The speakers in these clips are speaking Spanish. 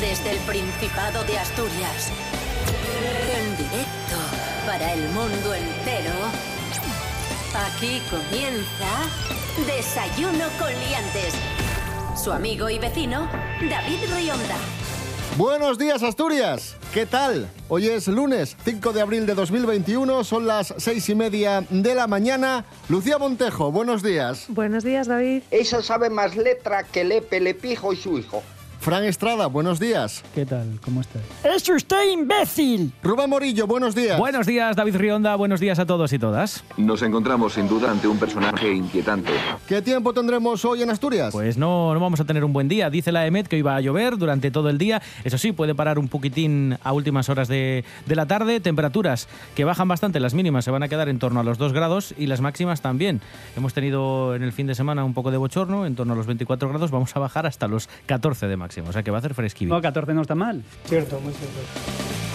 Desde el Principado de Asturias. En directo para el mundo entero. Aquí comienza Desayuno con Liantes. Su amigo y vecino, David Rionda. Buenos días Asturias, ¿qué tal? Hoy es lunes 5 de abril de 2021, son las seis y media de la mañana. Lucía Montejo, buenos días. Buenos días, David. Esa sabe más letra que Lepe, Lepijo y su hijo. Fran Estrada, buenos días. ¿Qué tal? ¿Cómo estás? ¡Es usted imbécil! Rubén Morillo, buenos días. Buenos días, David Rionda. Buenos días a todos y todas. Nos encontramos sin duda ante un personaje inquietante. ¿Qué tiempo tendremos hoy en Asturias? Pues no, no vamos a tener un buen día. Dice la EMET que hoy va a llover durante todo el día. Eso sí, puede parar un poquitín a últimas horas de, de la tarde. Temperaturas que bajan bastante. Las mínimas se van a quedar en torno a los 2 grados y las máximas también. Hemos tenido en el fin de semana un poco de bochorno, en torno a los 24 grados. Vamos a bajar hasta los 14 de máximo. O sea que va a hacer fresquivito. No, 14 no está mal. Cierto, muy cierto.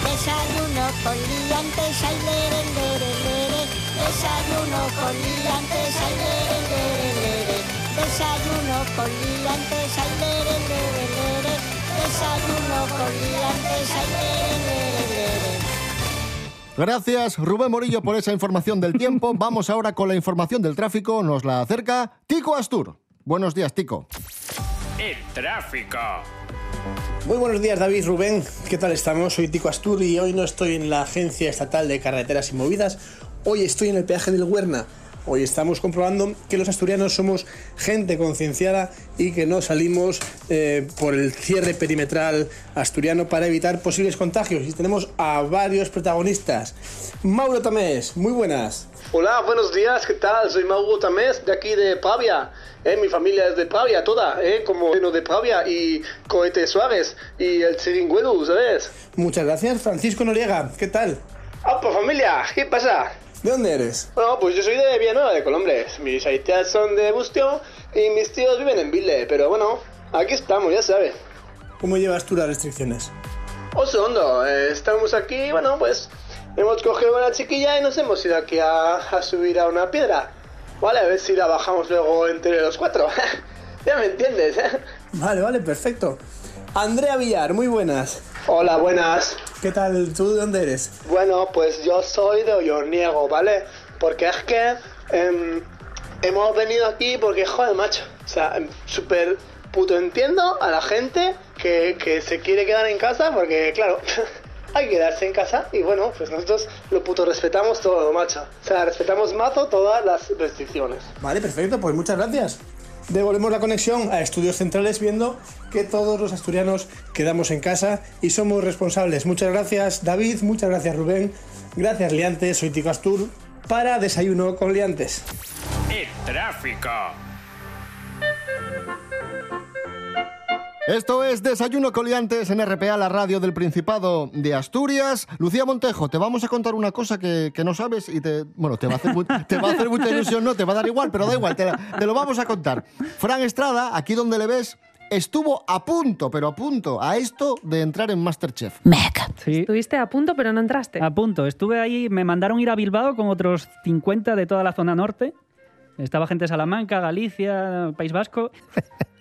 Desayuno con liantes, ay, lere, lere, lere. Desayuno con liantes, ay, lere, lere, lere. Desayuno con liantes, ay, lere, lere, lere. Desayuno con liantes, ay, lere, lere, lere. Gracias Rubén Morillo por esa información del tiempo. Vamos ahora con la información del tráfico, nos la acerca Tico Astur. Buenos días, Tico. El tráfico. Muy buenos días David Rubén, ¿qué tal estamos? Soy Tico Astur y hoy no estoy en la Agencia Estatal de Carreteras y Movidas, hoy estoy en el peaje del Huerna. Hoy estamos comprobando que los asturianos somos gente concienciada y que no salimos eh, por el cierre perimetral asturiano para evitar posibles contagios. Y tenemos a varios protagonistas. Mauro Tamés, muy buenas. Hola, buenos días, ¿qué tal? Soy Mauro Tamés, de aquí de Pavia. Eh, mi familia es de Pavia toda, eh, como lleno de Pavia y Cohete Suárez y el Chiringuelo, ¿sabes? Muchas gracias, Francisco Noriega, ¿qué tal? ¡Ah, pues familia! ¿Qué pasa? ¿De dónde eres? Bueno, pues yo soy de Villanueva de Colombia. Mis haitias son de Bustio y mis tíos viven en Ville, pero bueno, aquí estamos, ya sabes. ¿Cómo llevas tú las restricciones? Oso hondo, eh, estamos aquí, bueno, pues hemos cogido a una chiquilla y nos hemos ido aquí a, a subir a una piedra. Vale, a ver si la bajamos luego entre los cuatro. ya me entiendes, ¿eh? Vale, vale, perfecto. Andrea Villar, muy buenas. Hola, buenas. ¿Qué tal? ¿Tú de dónde eres? Bueno, pues yo soy de Ollorniego, ¿vale? Porque es que em, hemos venido aquí porque, joder, macho, o sea, em, súper puto entiendo a la gente que, que se quiere quedar en casa porque, claro, hay que quedarse en casa y bueno, pues nosotros lo puto respetamos todo, macho. O sea, respetamos mazo todas las restricciones. Vale, perfecto, pues muchas gracias. Devolvemos la conexión a Estudios Centrales viendo que todos los asturianos quedamos en casa y somos responsables. Muchas gracias David, muchas gracias Rubén, gracias Liantes, soy Tico Astur para Desayuno con Liantes. El tráfico. Esto es Desayuno Coliantes en RPA, la radio del Principado de Asturias. Lucía Montejo, te vamos a contar una cosa que, que no sabes y te, bueno, te, va a hacer, mu- te va a hacer mucha ilusión, no, te va a dar igual, pero da igual, te, la- te lo vamos a contar. Fran Estrada, aquí donde le ves, estuvo a punto, pero a punto, a esto de entrar en Masterchef. Sí. Ah, Estuviste a punto, pero no entraste. A punto, estuve ahí, me mandaron ir a Bilbao con otros 50 de toda la zona norte. Estaba gente de Salamanca, Galicia, País Vasco.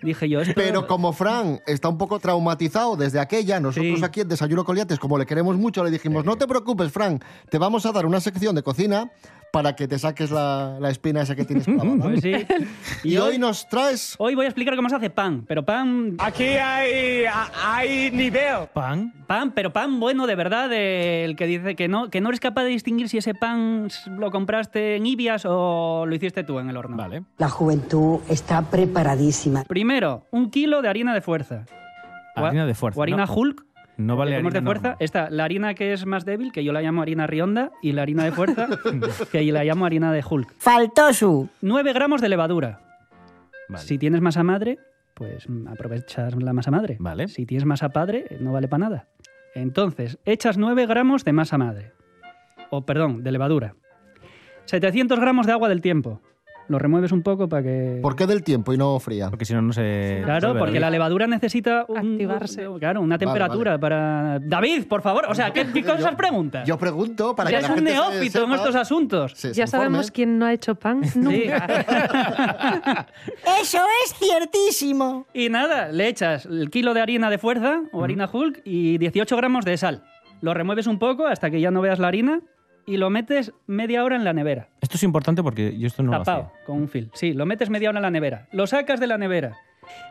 Dije yo, esto... Pero como Fran está un poco traumatizado desde aquella, nosotros Sí. aquí en Desayuno Coliantes, como le queremos mucho, le dijimos, no te preocupes, Fran, te vamos a dar una sección de cocina para que te saques la, la espina esa que tienes clavada". Pues sí. Y, hoy nos traes... hoy voy a explicar cómo se hace pan, pero pan... Aquí hay, hay nivel. ¿Pan? Pan, pero pan bueno de verdad, de- el que dice que no, que no eres capaz de distinguir si ese pan lo compraste en Ibias o lo hiciste tú en el horno. Vale. La juventud está preparadísima. Primero, un kilo de harina de fuerza. O- Harina de fuerza, O harina ¿no? Hulk. No vale que como es harina de fuerza. normal. Está la harina que es más débil, que yo la llamo harina rionda, y la harina de fuerza, que la llamo harina de Hulk. Faltó su. 9 gramos de levadura. Vale. Si tienes masa madre, pues mm, aprovechas la masa madre. Vale. Si tienes masa padre, eh, no vale para nada. Entonces, echas 9 gramos de masa madre. O, perdón, de levadura. 700 gramos de agua del tiempo. Lo remueves un poco para que... ¿Por qué del tiempo y no fría? Porque si no, no se... eh, Claro, se porque ve. la levadura necesita un- Activarse. Claro, una temperatura para... David, por favor, o sea, ¿qué, qué cosas preguntas? Yo pregunto para Ya que la es un gente se neófito en sepa. estos asuntos. Se- se Ya sabemos informe. quién no ha hecho pan nunca. Eso es ciertísimo. Y nada, le echas el kilo de harina de fuerza o harina Hulk y 18 gramos de sal. Lo remueves un poco hasta que ya no veas la harina y lo metes media hora en la nevera. Esto es importante porque yo esto no lo tapado hacía. con un film. Sí, lo metes media hora en la nevera. Lo sacas de la nevera.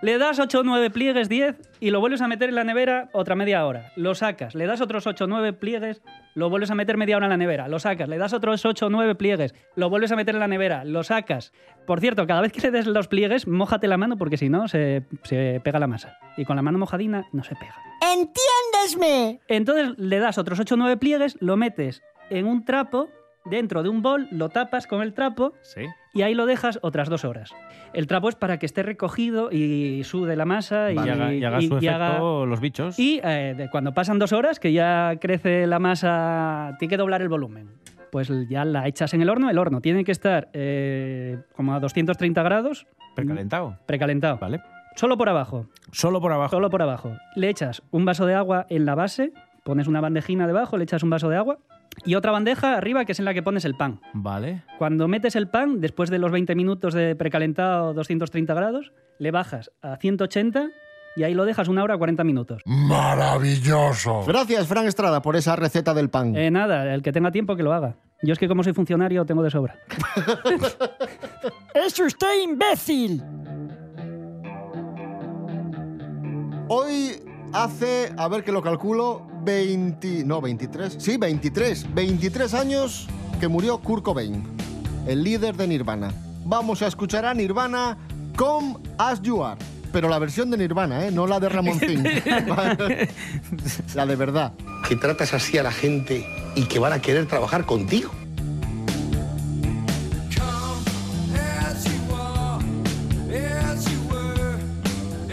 Le das 8 o 9 pliegues, 10 y lo vuelves a meter en la nevera otra media hora. Lo sacas. Le das otros 8 o 9 pliegues. Lo vuelves a meter media hora en la nevera. Lo sacas. Le das otros 8 o 9 pliegues. Lo vuelves a meter en la nevera. Lo sacas. Por cierto, cada vez que le des los pliegues, mójate la mano porque si no se, se pega la masa. Y con la mano mojadina no se pega. ¡Entiéndesme! Entonces le das otros 8 o 9 pliegues, lo metes en un trapo, dentro de un bol, lo tapas con el trapo Sí. y ahí lo dejas otras dos horas. El trapo es para que esté recogido y sude la masa y, Y haga, y haga y- su y efecto haga- los bichos. y, eh, de- cuando pasan dos horas, que ya crece la masa, tiene que doblar el volumen. Pues ya la echas en el horno. El horno tiene que estar eh, como a 230 grados, Precalentado. precalentado. Vale. Solo por abajo. Solo por abajo. Solo por abajo. Le echas un vaso de agua en la base, pones una bandejina debajo, le echas un vaso de agua y otra bandeja arriba que es en la que pones el pan. Vale. Cuando metes el pan, después de los 20 minutos de precalentado 230 grados, le bajas a 180 y ahí lo dejas una hora 40 minutos. Mm. ¡Maravilloso! Gracias, Fran Estrada, por esa receta del pan. Eh, nada, el que tenga tiempo que lo haga. Yo es que como soy funcionario tengo de sobra. ¡Es usted imbécil! Hoy hace, a ver que lo calculo, 20... No, 23. Sí, 23. 23 años que murió Kurt Cobain, el líder de Nirvana. Vamos a escuchar a Nirvana con As You Are. Pero la versión de Nirvana, ¿eh? No la de Ramoncín. la de verdad. que tratas así a la gente y que van a querer trabajar contigo. As you are, as you were,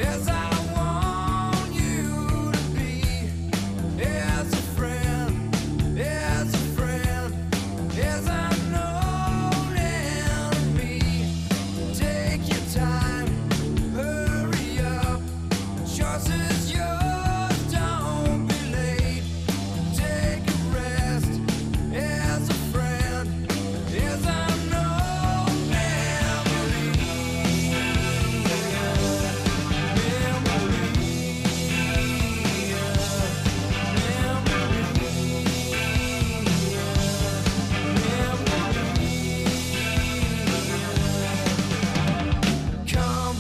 as I want you to be, as a friend, as a friend, as I'm known enemy. Take your time, hurry up. Choice is yours, don't be late. Take a rest, as a friend, as I'm known Come,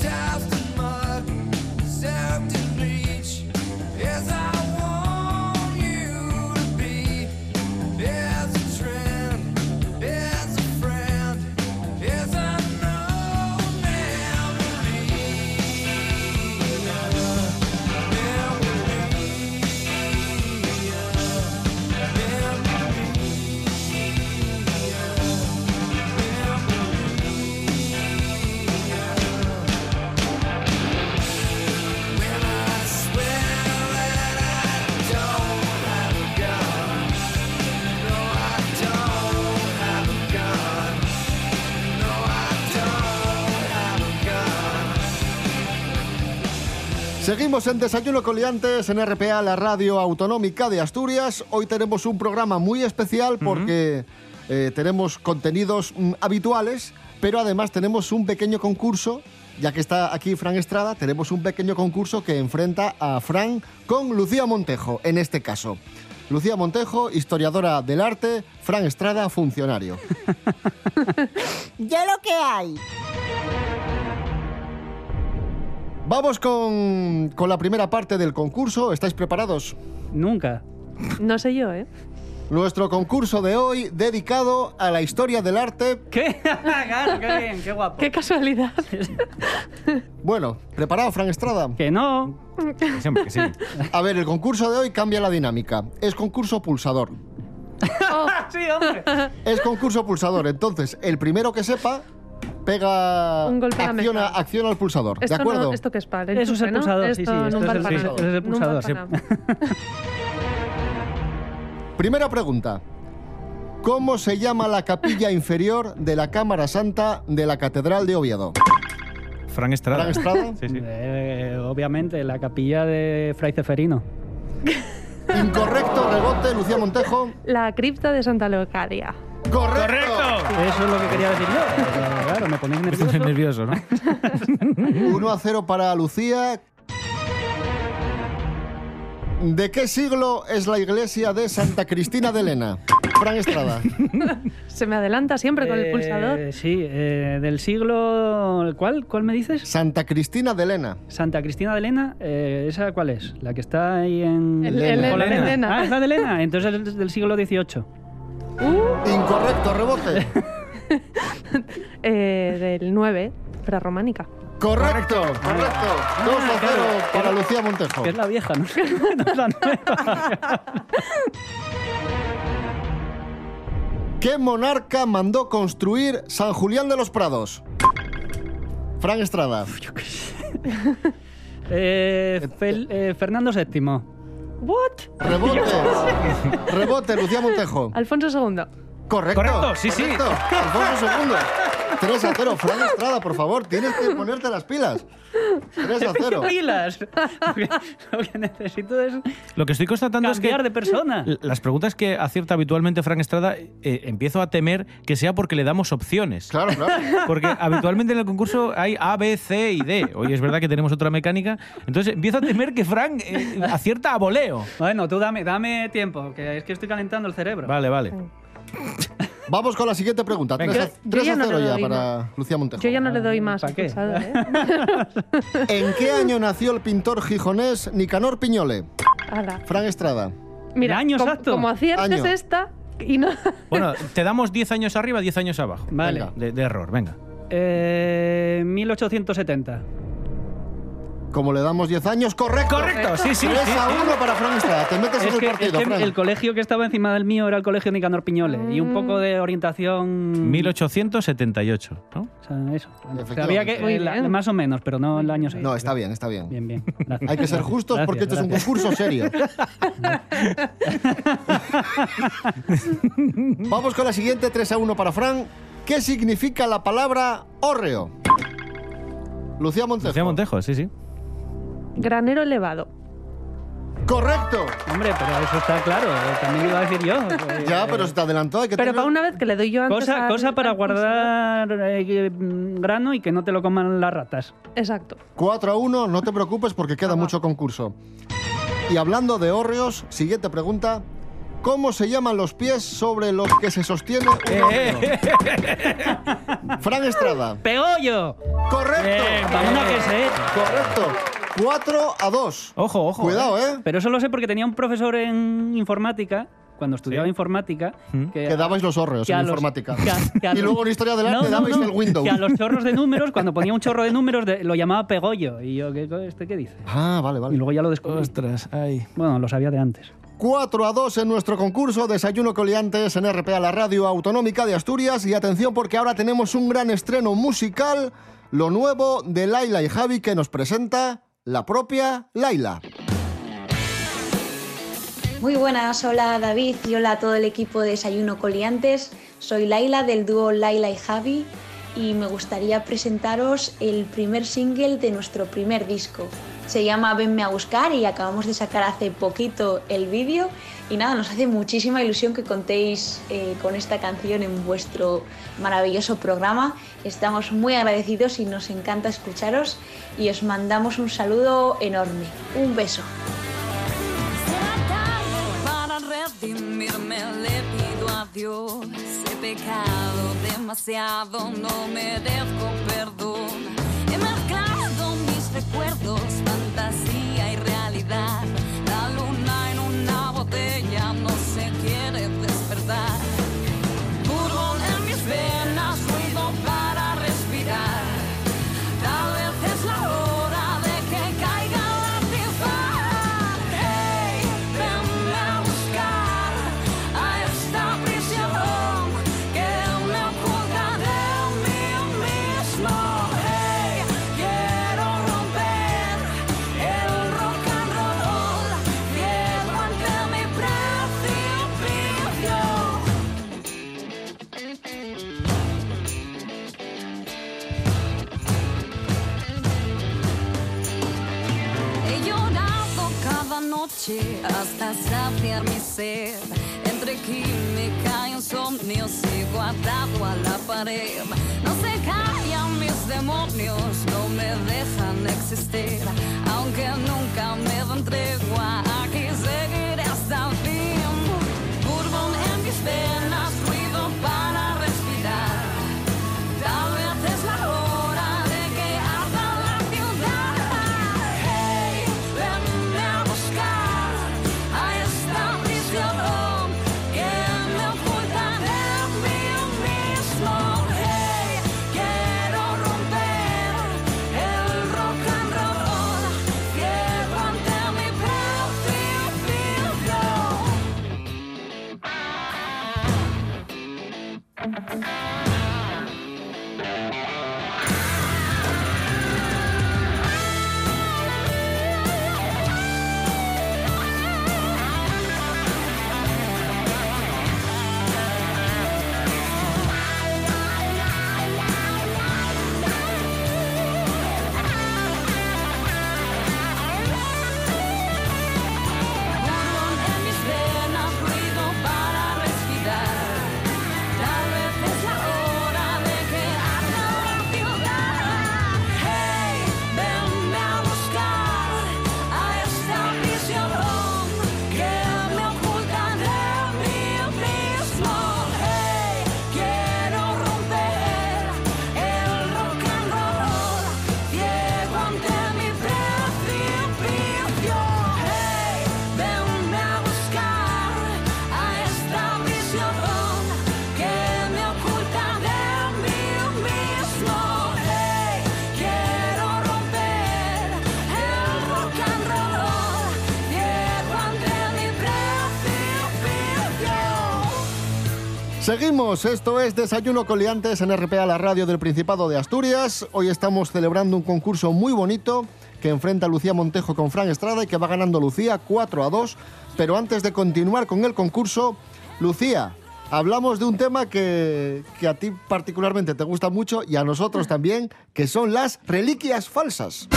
daft and mud, served in bleach. As I want you to be, as a trend, as a friend, as I know Seguimos en Desayuno con Liantes en RPA, la radio autonómica de Asturias. Hoy tenemos un programa muy especial porque eh, tenemos contenidos mm, habituales, pero además tenemos un pequeño concurso. Ya que está aquí Fran Estrada, tenemos un pequeño concurso que enfrenta a Fran con Lucía Montejo, en este caso. Lucía Montejo, historiadora del arte, Fran Estrada, funcionario. Ya lo que hay. Vamos con, con la primera parte del concurso. ¿Estáis preparados? Nunca. No sé yo, ¿eh? Nuestro concurso de hoy dedicado a la historia del arte. ¿Qué? claro, qué bien, qué guapo. Qué casualidad. Bueno, ¿preparado, Fran Estrada? Que no. Siempre que sí. A ver, el concurso de hoy cambia la dinámica. Es concurso pulsador. Oh. sí, hombre. Es concurso pulsador. Entonces, el primero que sepa pega. Un golpe a la acciona, mesa. acciona el pulsador. Esto, ¿De no- acuerdo? esto que es para Eso es el pulsador, sí, sí. Esto es el, sí, eso es el pulsador. Nunca para. Primera pregunta. ¿Cómo se llama la capilla inferior de la Cámara Santa de la Catedral de Oviedo? Fran Estrada. Fran Estrada. Sí, sí. Eh, obviamente, la capilla de Fray Ceferino. Incorrecto, rebote, Lucía Montejo. La cripta de Santa Leocadia. Correcto. Eso es lo que quería decir yo. Pero, Claro, me ponéis nervioso. nervioso, ¿no? 1 a 0 para Lucía. ¿De qué siglo es la iglesia de Santa Cristina de Elena? Fran Estrada. Se me adelanta siempre con el Eh, pulsador. Sí, eh, del siglo... ¿Cuál? ¿Cuál me dices? Santa Cristina de Elena. Santa Cristina de Elena, eh, ¿esa cuál es? La que está ahí en... El- el- con la el- Elena. Ah, es la de Elena. Entonces es del siglo XVIII. Incorrecto, rebote. Eh, del 9, prerrománica. Correcto, correcto. 2 a 0 para Lucía Montejo. Que es la vieja, ¿no? No es la nueva. ¿Qué monarca mandó construir San Julián de los Prados? Fran Estrada. Eh, Fel- eh, Fernando VII. ¿What? Rebote. Rebote, Lucía Montejo. Alfonso II. Correcto. Correcto, sí, sí. correcto. Pues Alfonso II. 3 a 0. Fran Estrada, por favor, tienes que ponerte las pilas. 3 a 0. pilas! Lo que, lo que necesito es Lo que estoy constatando es que cambiar de persona. l- las preguntas que acierta habitualmente Frank Estrada eh, empiezo a temer que sea porque le damos opciones. Claro, claro. Porque habitualmente en el concurso hay A, B, C y D. Hoy es verdad que tenemos otra mecánica. Entonces empiezo a temer que Frank eh, acierta a voleo. Bueno, tú dame, dame tiempo, que es que estoy calentando el cerebro. Vale, vale. Vamos con la siguiente pregunta. 3 Venga. a, Yo- yo 3 a ya no 0 le ya doy, para Lucía Montejo. Yo ya no le doy más ¿Para al Ah, qué? pulsador, ¿eh? ¿En qué año nació el pintor gijonés Nicanor Piñole? Ala. Fran Estrada. Mira, Año com- exacto. como aciertes Año. esta y no... Bueno, te damos 10 años arriba, 10 años abajo. Vale. Venga, De, de error, venga. Eh, 1870. Como le damos 10 años, correcto. Correcto, sí, sí. 3 sí, a sí. 1 para Fran Estrada. Te metes en Es el que, es partido, que Fran. el colegio que estaba encima del mío era el colegio Nicanor Piñole y Mm. un poco de orientación... 1878, ¿no? O sea, eso. Efectivamente. Sabía que Muy eh, la- bien. más o menos, pero no el año 6. No, está bien, está bien. Bien, bien. Gracias, Hay que ser gracias, justos gracias, porque esto es un gracias. concurso serio. Vamos con la siguiente 3 a 1 para Fran. ¿Qué significa la palabra hórreo? Lucía Montejo. Lucía Montejo, sí, sí. Granero elevado. Correcto. Hombre, pero eso está claro. eh, También lo iba a decir yo. eh, Ya, pero se te adelantó. Hay que Pero tener- para una vez que le doy yo antes Cosa, al- cosa para al pulsador. guardar eh, mm, grano y que no te lo coman las ratas. Exacto. 4 a 1, no te preocupes porque queda mucho concurso. Y hablando de hórreos, siguiente pregunta. ¿Cómo se llaman los pies sobre los que se sostiene un hórreo? Fran Estrada. ¡Pegollo! Correcto. Eh, para una que sé. Correcto. 4 a 2. Ojo, ojo. Cuidado, ¿eh? Pero eso lo sé porque tenía un profesor en informática, cuando estudiaba informática, que, Mm. eh, Que dabais los hórreos que en a los- informática. que a- que a y los- luego en historia del arte No, no, dabais no, el Windows. Que a los chorros de números, cuando ponía un chorro de números, de- lo llamaba pegollo. Y yo, ¿qué, ¿este qué dice? Ah, vale, Y vale. luego ya lo descubrí. Ostras, ay. Bueno, lo sabía de antes. 4 a 2 en nuestro concurso Desayuno Coliantes en RPA, la radio autonómica de Asturias. Y atención porque ahora tenemos un gran estreno musical, lo nuevo de Laila y Javi que nos presenta la propia Laila. Muy buenas, hola David y hola a todo el equipo de Desayuno Coliantes. Soy Laila del dúo Laila y Javi y me gustaría presentaros el primer single de nuestro primer disco. Se llama Venme a buscar y acabamos de sacar hace poquito el vídeo y nada, nos hace muchísima ilusión que contéis eh, con esta canción en vuestro maravilloso programa. Estamos muy agradecidos y nos encanta escucharos y os mandamos un saludo enorme. Un beso. Será tarde para redimirme, le pido a Dios. He pecado demasiado, no merezco perdón. He mezclado mis recuerdos, fantasía y realidad. La luna en una botella no se quiere despertar. Fútbol en mis venas, ruido para respirar. Tal vez es la hora de que caiga la tifar. Hey, venme a buscar a esta prisión que me cuelga de mí mismo. Hey, noche hasta saciar mi sed. Entre química y insomnio sigo atado a la pared. No se callan mis demonios, no me dejan existir. Aunque nunca me den tregua, aquí seguiré hasta el fin. Turbón en mis venas, ruido para respirar. Tal vez es la hora de que arda la ciudad. Hey, venme a buscar a esta prisión que me oculta en mí mismo. Hey, quiero romper el rock and roll. Quiero ante mi precipicio. Turbón en mis venas, ruido para respirar. Tal vez es la hora de que arda la ciudad. Hey, venme a buscar a esta prisión que me oculta de mí mismo. Hey, quiero romper el rock and roll. Ciego ante mi precipicio. Hey, venme a buscar a esta visión que me oculta de mí mismo. Hey, quiero romper el rock and roll. Ciego ante mi precipicio. Seguimos, esto es Desayuno con Liantes en RPA, la radio del Principado de Asturias. Hoy estamos celebrando un concurso muy bonito que enfrenta a Lucía Montejo con Fran Estrada y que va ganando Lucía 4 a 2. Pero antes de continuar con el concurso, Lucía, hablamos de un tema que, que a ti particularmente te gusta mucho y a nosotros también, que son las reliquias falsas.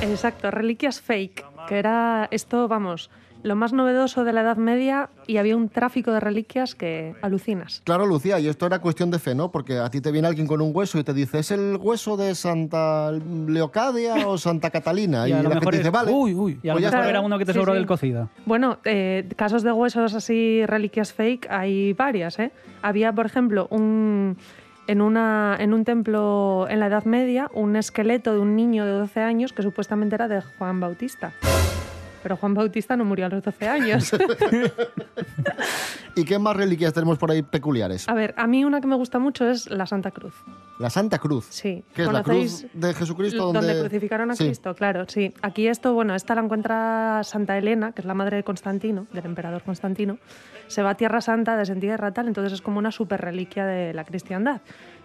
Exacto, reliquias fake, que era esto, vamos, lo más novedoso de la Edad Media y había un tráfico de reliquias que alucinas. Claro, Lucía, y esto era cuestión de fe, ¿no? Porque a ti te viene alguien con un hueso y te dice, es el hueso de Santa Leocadia o Santa Catalina. Y Y, a lo la mejor gente es- dice, vale. Uy, uy. Y a lo pues ya mejor está. era uno que te Sí, sobró sí. del cocido. Bueno, eh, casos de huesos así, reliquias fake, hay varias, ¿eh? Había, por ejemplo, un, en, una, en un templo en la Edad Media, un esqueleto de un niño de 12 años que supuestamente era de Juan Bautista. Pero Juan Bautista no murió a los 12 años. ¿Y qué más reliquias tenemos por ahí peculiares? a ver, a mí una que me gusta mucho es la Santa Cruz. La Santa Cruz. Sí. ¿Qué es la cruz ¿Conocéis de Jesucristo? donde, Donde, crucificaron a Sí. Cristo, claro, sí. Aquí esto, bueno, esta la encuentra Santa Elena, que es la madre de Constantino, del emperador Constantino. Se va a Tierra Santa, desentierra tal, entonces es como una super reliquia de la cristiandad.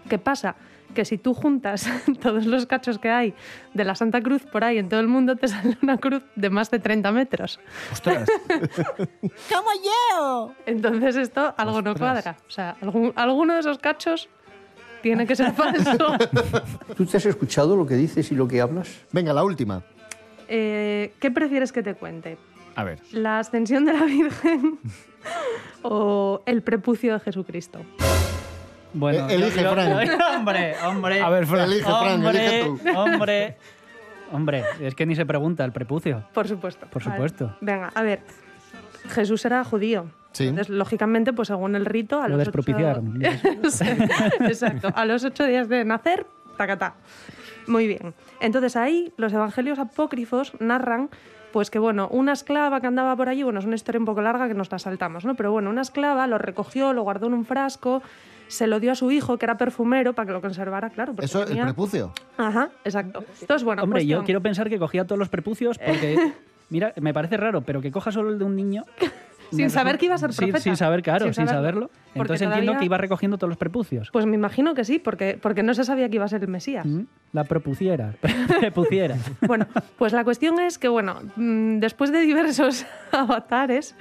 ¿Qué pasa? Que si tú juntas todos los cachos que hay de la Santa Cruz por ahí en todo el mundo, te sale una cruz de más de 30 metros. ¡Como yo! Entonces esto algo no cuadra. O sea, algún- alguno de esos cachos tiene que ser falso. ¿Tú te has escuchado lo que dices y lo que hablas? Venga, la última. Eh, ¿Qué prefieres que te cuente? A ver. ¿La ascensión de la Virgen o el prepucio de Jesucristo? Bueno, Eh, elige, Fran. hombre, hombre. A ver, Fran. Elige, Fran, hombre, elige tú. Hombre, hombre, es que ni se pregunta el prepucio. Por supuesto. Por Vale. supuesto. Venga, a ver. Jesús era judío. Sí. Entonces, lógicamente, pues según el rito... A Lo los ocho- despropiciaron. Sí, Exacto. A los ocho días de nacer, tacatá. Muy bien. Entonces ahí los evangelios apócrifos narran pues que bueno, una esclava que andaba por allí, bueno, es una historia un poco larga que nos la saltamos, ¿no? Pero bueno, una esclava lo recogió, lo guardó en un frasco, se lo dio a su hijo que era perfumero para que lo conservara, claro. porque Eso, el tenía- prepucio. Ajá, exacto. Entonces, bueno, Hombre, yo cuestión. quiero pensar que cogía todos los prepucios porque, mira, me parece raro, pero que coja solo el de un niño Sin saber que iba a ser sin, profeta. sin saber, claro, sin, saberlo. Porque Entonces entiendo todavía- que iba recogiendo todos los prepucios. ¿Mm? Pues me imagino que sí, porque, porque no se sabía que iba a ser el Mesías. Mm. La propuciera. prepuciera. Bueno, pues la cuestión es que, bueno, mm, después de diversos avatares,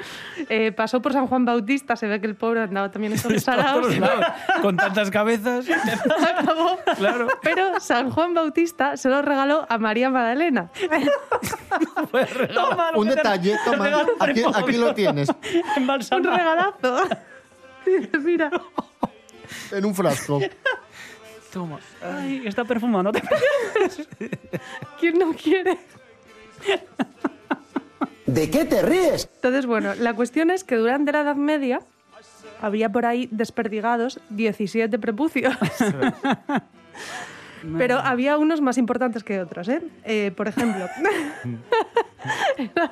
eh, pasó por San Juan Bautista, se ve que el pobre andaba también Por ensorosarado. todos lados, Con tantas eh. cabezas. Acabó. Claro. Pero San Juan Bautista se lo regaló a María Magdalena. Toma, lo Un que te- detalle, te toma, regalo un aquí, prepucio. aquí lo tienes, Un Embalsamado. regalazo. Mira. en un frasco. Toma. Ay, está perfumado. no te- ¿Quién no quiere? ¿De qué te ríes? Entonces, bueno, la cuestión es que durante la Edad Media había por ahí desperdigados 17 prepucios. Pero había unos más importantes que otros, ¿eh? Eh, por ejemplo, era,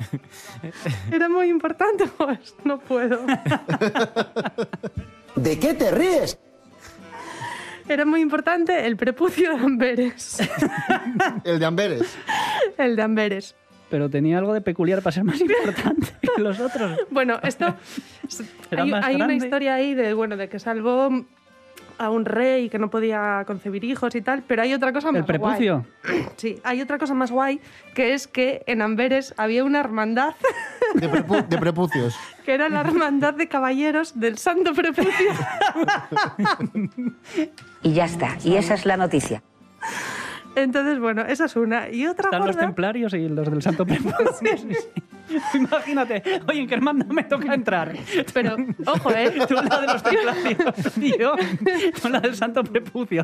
era muy importante, pues no puedo. ¿De qué te ríes? Era muy importante el prepucio de Amberes, El de Amberes. el de Amberes. Pero tenía algo de peculiar para ser más importante que los otros. Bueno, esto s- Era hay, más hay una grande. historia ahí de bueno de que salvó a un rey que no podía concebir hijos y tal, pero hay otra cosa más El prepucio. guay. Sí, hay otra cosa más guay que es que en Amberes había una hermandad De, prepu- de prepucios. que era la hermandad de caballeros del Santo Prepucio. Y ya está. Y esa es la noticia. Entonces, bueno, esa es una y otra Están los gorda- templarios y los del Santo Prepucio. Imagínate, oye, ¿en qué hermandad me toca entrar? pero ojo, eh, Tú la de los templarios, tío. Tú la del Santo Prepucio.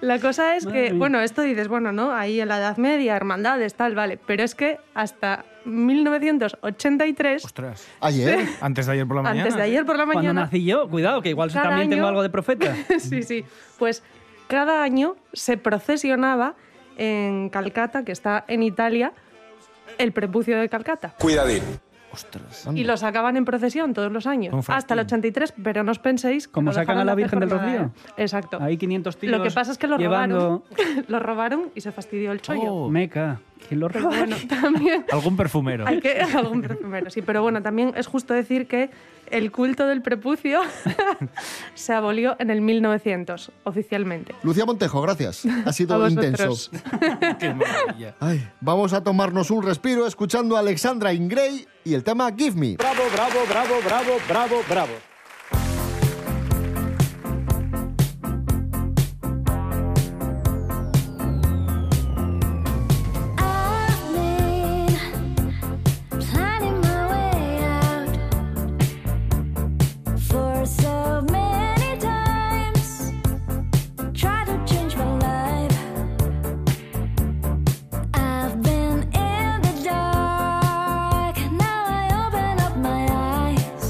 La cosa es Madre que, mía. bueno, esto dices, bueno, ¿no? Ahí en la Edad Media, hermandades, tal, vale. Pero es que hasta 1983, Ostras. Ayer. Antes de ayer por la mañana. antes de ayer por la Cuando mañana, nací yo, cuidado, que igual Cada también tengo año- algo de profeta. sí, sí, pues cada año se procesionaba en Calcata, que está en Italia, el prepucio de Calcata. Cuidadín. Y lo sacaban en procesión todos los años, Con fastín. hasta el 83, pero no os penséis... que Como lo sacan dejaron a la de hacer Virgen del por nada, Rocío. ¿eh? Exacto. Hay 500 tíos Lo que pasa es que lo llevando... Oh. robaron, lo robaron y se fastidió el chollo. Meca, ¿quién lo Pero robó? bueno, también Algún perfumero. Hay que algún perfumero, sí. Pero bueno, también es justo decir que el culto del prepucio se abolió en el 1900, oficialmente. Lucía Montejo, gracias. Ha A sido intenso. vosotros. Qué maravilla. Ay, vamos a tomarnos un respiro escuchando a Alexandra Ingray y el tema Give Me. Bravo, bravo, bravo, bravo, bravo, bravo. I've been planning my way out for so many times. Try to change my life. I've been in the dark. Now I open up my eyes.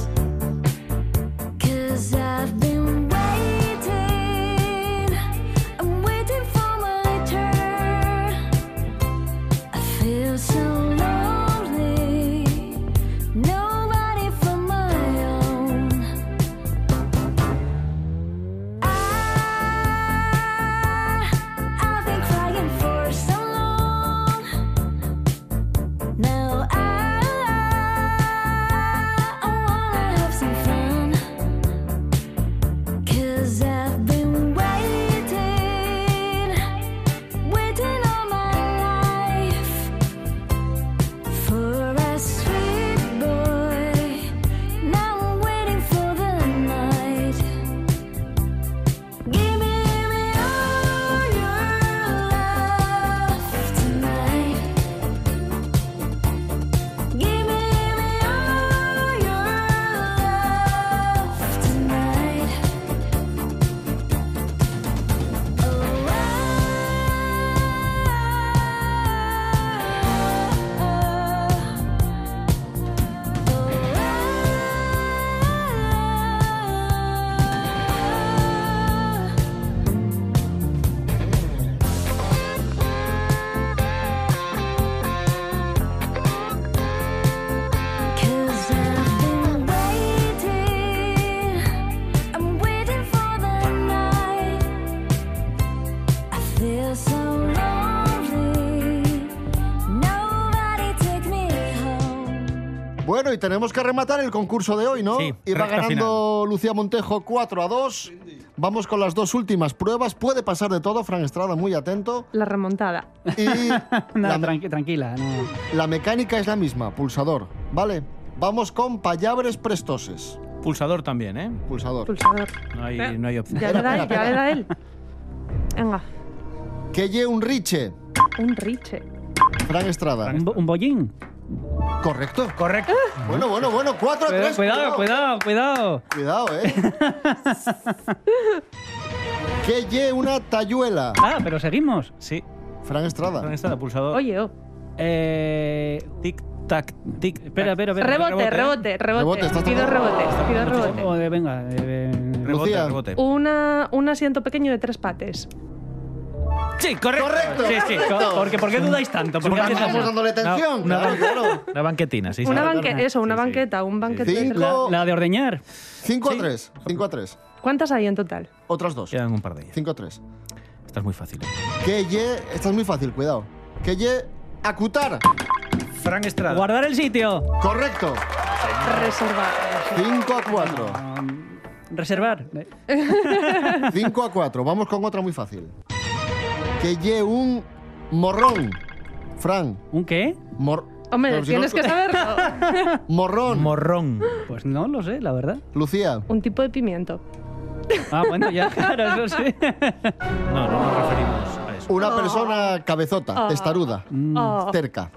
Bueno, y tenemos que rematar el concurso de hoy, ¿no? Sí, Y va recta ganando Lucía Montejo 4 a 2. Vamos con las dos últimas pruebas. Puede pasar de todo, Fran Estrada, muy atento. La remontada. Nada, tranqui- tranquila. no. La mecánica es la misma, pulsador, ¿vale? Vamos con payabres prestoses. Pulsador también, ¿eh? Pulsador. Pulsador. No hay, no hay opción. Ya le da él, ya le da él. Venga, Que lle un riche. un riche. Fran Estrada. Un, bo- un bollín. Correcto. Ah. Correcto. Bueno, bueno, bueno. 4 a 3. Cuidado, cuidado, cuidado, cuidado. Cuidado, eh. que lle una tayuela. Ah, pero seguimos. Sí. Fran Estrada. ¿Dónde está el pulsador? Oye, oh. Eh, Tic, tac, tic. espera, espera, ¿eh? espera. Rebote, Rebote, rebote, rebote. estás Pido tocando. rebotes, pido rebotes. Joder, venga. eh, eh, Rebote, Lucía. rebote. Una, un asiento pequeño de tres pates. Sí, correcto. Correcto. Sí, sí. co- porque, ¿Por qué dudáis tanto? Porque Porque estamos dándole tensión. una- claro, claro. Una banquetina, sí. sí. una banqueta, eso, una Sí, sí. banqueta, un banquete de tres Cinco. La de ordeñar. 5 a 3. 5 a 3. pates. ¿Cuántas hay en total? Otras dos. Quedan un par de ellas. 5 a 3. Esta es muy fácil. ¿eh? Que ye. Esta es muy fácil, cuidado. Que ye. Acutar. Fran Estrada. Guardar el sitio. Correcto. Reservadas. 5 a 4. Um, reservar. Eh, 5 a 4. Vamos con otra muy fácil. Que lle un morrón. Fran. ¿Un qué? Mor... Hombre, Pero si tienes no- pues- que saberlo. Morrón. Morrón. Pues no lo sé, la verdad. Lucía. un tipo de pimiento. Ah, bueno, ya, claro, eso sí. No, no nos referimos a eso. Una persona cabezota, Oh. Ah. testaruda, Oh, terca.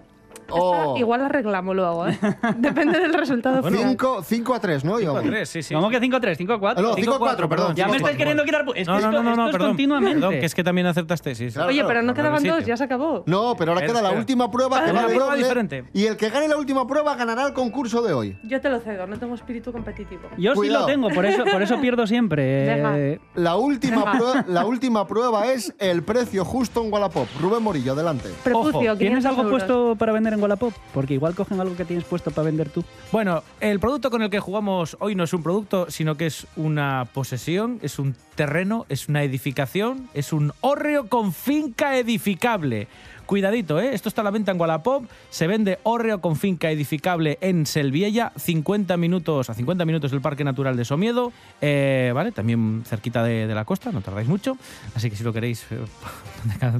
esta Igual la arreglamos luego, ¿eh? Depende del resultado final. 5 a 3, ¿no? Cinco a Íbamos. tres, sí, sí. ¿Cómo Ah, que 5-3? no, 5-4. cinco a cuatro, perdón, Ya cinco me a estáis cuatro. queriendo quitar. pu- Es que No, no, esto, no, no, esto es perdón. continuamente. Perdón, que es que también acertaste, sí. sí. Claro. Oye, pero no Guardar quedaban el dos, sitio. ya se acabó. No, pero ahora Espera, queda la espera. última prueba. Vale, que una vale prueba doble, diferente. Y el que gane la última prueba ganará el concurso de hoy. Yo te lo cedo, no tengo espíritu competitivo. Yo Cuidado. sí lo tengo, por eso, por eso pierdo Deja. siempre. Eh, La última, prue- la última prueba es el precio justo en Wallapop. Rubén Morillo, adelante. Prepucio, ojo, ¿tienes 500 algo euros. puesto para vender en Wallapop? Porque igual cogen algo que tienes puesto para vender tú. Bueno, el producto con el que jugamos hoy no es un producto, sino que es una posesión, es un terreno, es una edificación, es un hórreo con finca edificable. Cuidadito, ¿eh? Esto está a la venta en Wallapop. Se vende hórreo con finca edificable en Selviella, 50 minutos, a 50 minutos del Parque Natural de Somiedo, eh, ¿vale? También cerquita de, de la costa, no tardáis mucho. Así que si lo queréis, eh,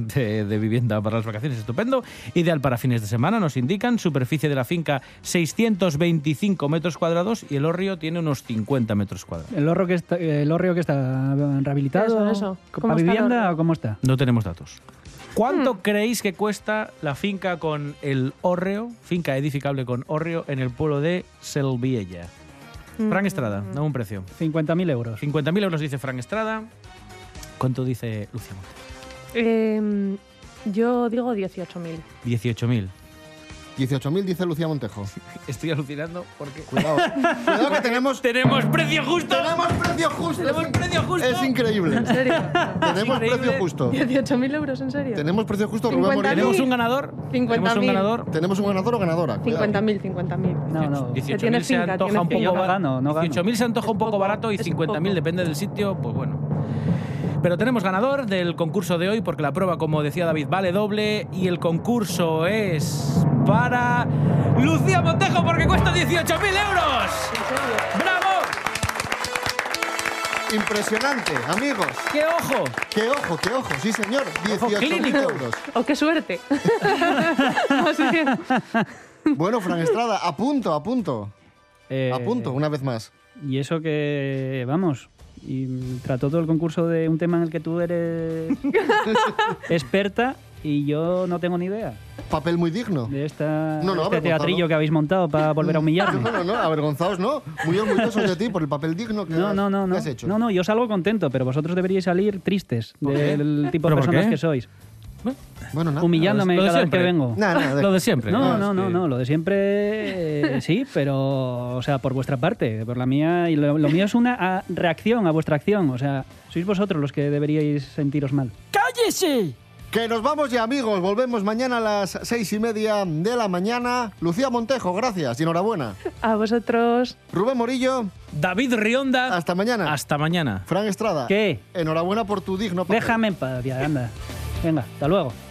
de, de vivienda para las vacaciones, estupendo. Ideal para fines de semana, nos indican. Superficie de la finca, 625 metros cuadrados y el hórreo tiene unos 50 metros cuadrados. El horro que está, el horreo que está eh, rehabilitado. Eso, eso. ¿Para ¿Cómo está el vivienda hórreo? o cómo está? No tenemos datos. ¿Cuánto creéis que cuesta la finca con el hórreo, finca edificable con hórreo, en el pueblo de Selviella? Frank Estrada, dame un precio. 50.000 euros. 50.000 euros dice Frank Estrada. ¿Cuánto dice Lucia Monte? Eh, yo digo 18.000. 18.000. 18.000 dice Lucía Montejo. Estoy alucinando porque... Cuidado. Cuidado que tenemos, ¡Tenemos precio justo! tenemos precio justo. ¡Tenemos precio justo! Es increíble. ¿En serio? Tenemos Increíble. precio justo. 18.000 euros, ¿en serio? Tenemos precio justo, Rubén 50.000. Morillo. ¿Tenemos un ganador? 50.000. ¿Tenemos un ganador? Tenemos un ganador o ganadora. cuidado. 50.000, 50.000. No, no. 18.000 se finca, tiene antoja un finca. poco Yo no barato. gano, no gano. 18.000 se antoja un poco poco, barato y es 50.000 poco. depende del sitio, pues bueno. Pero tenemos ganador del concurso de hoy porque la prueba, como decía David, vale doble y el concurso es para Lucía Montejo porque cuesta 18.000 euros. ¡Bravo! Impresionante, amigos. ¡Qué ojo! Qué ojo, qué ojo. Sí, señor. 18.000 clínico. euros. ¡Oh, qué suerte! Más bien. Bueno, Fran Estrada, a punto, a punto. Eh, A punto, una vez más. Y eso que, vamos, y trató todo el concurso de un tema en el que tú eres experta y yo no tengo ni idea Papel muy digno. de esta, No, no, este avergonzado, teatrillo ¿no? que habéis montado para volver a humillarme. Bueno, no, avergonzados no. Muy orgullosos de ti por el papel digno que, No, has, no, no, que no. has hecho. No, no, yo salgo contento, pero vosotros deberíais salir tristes qué? del tipo de ¿Pero por personas qué? que sois. Bueno, nada. Humillándome Lo de cada vez que siempre. vengo. Nada, nada, de- Lo de siempre. No, Es no, no, que- no, lo de siempre eh, sí, pero, o sea, por vuestra parte, por la mía, y lo, lo mío es una ah, reacción a vuestra acción, o sea, sois vosotros los que deberíais sentiros mal. ¡Cállese! Que nos vamos ya, amigos. Volvemos mañana a las seis y media de la mañana. Lucía Montejo, gracias y enhorabuena. A vosotros. Rubén Morillo, David Rionda. hasta mañana. Hasta mañana. Fran Estrada. Ah. ¿Qué? Enhorabuena por tu digno papel. Déjame en paz, ya, anda. Venga, hasta luego.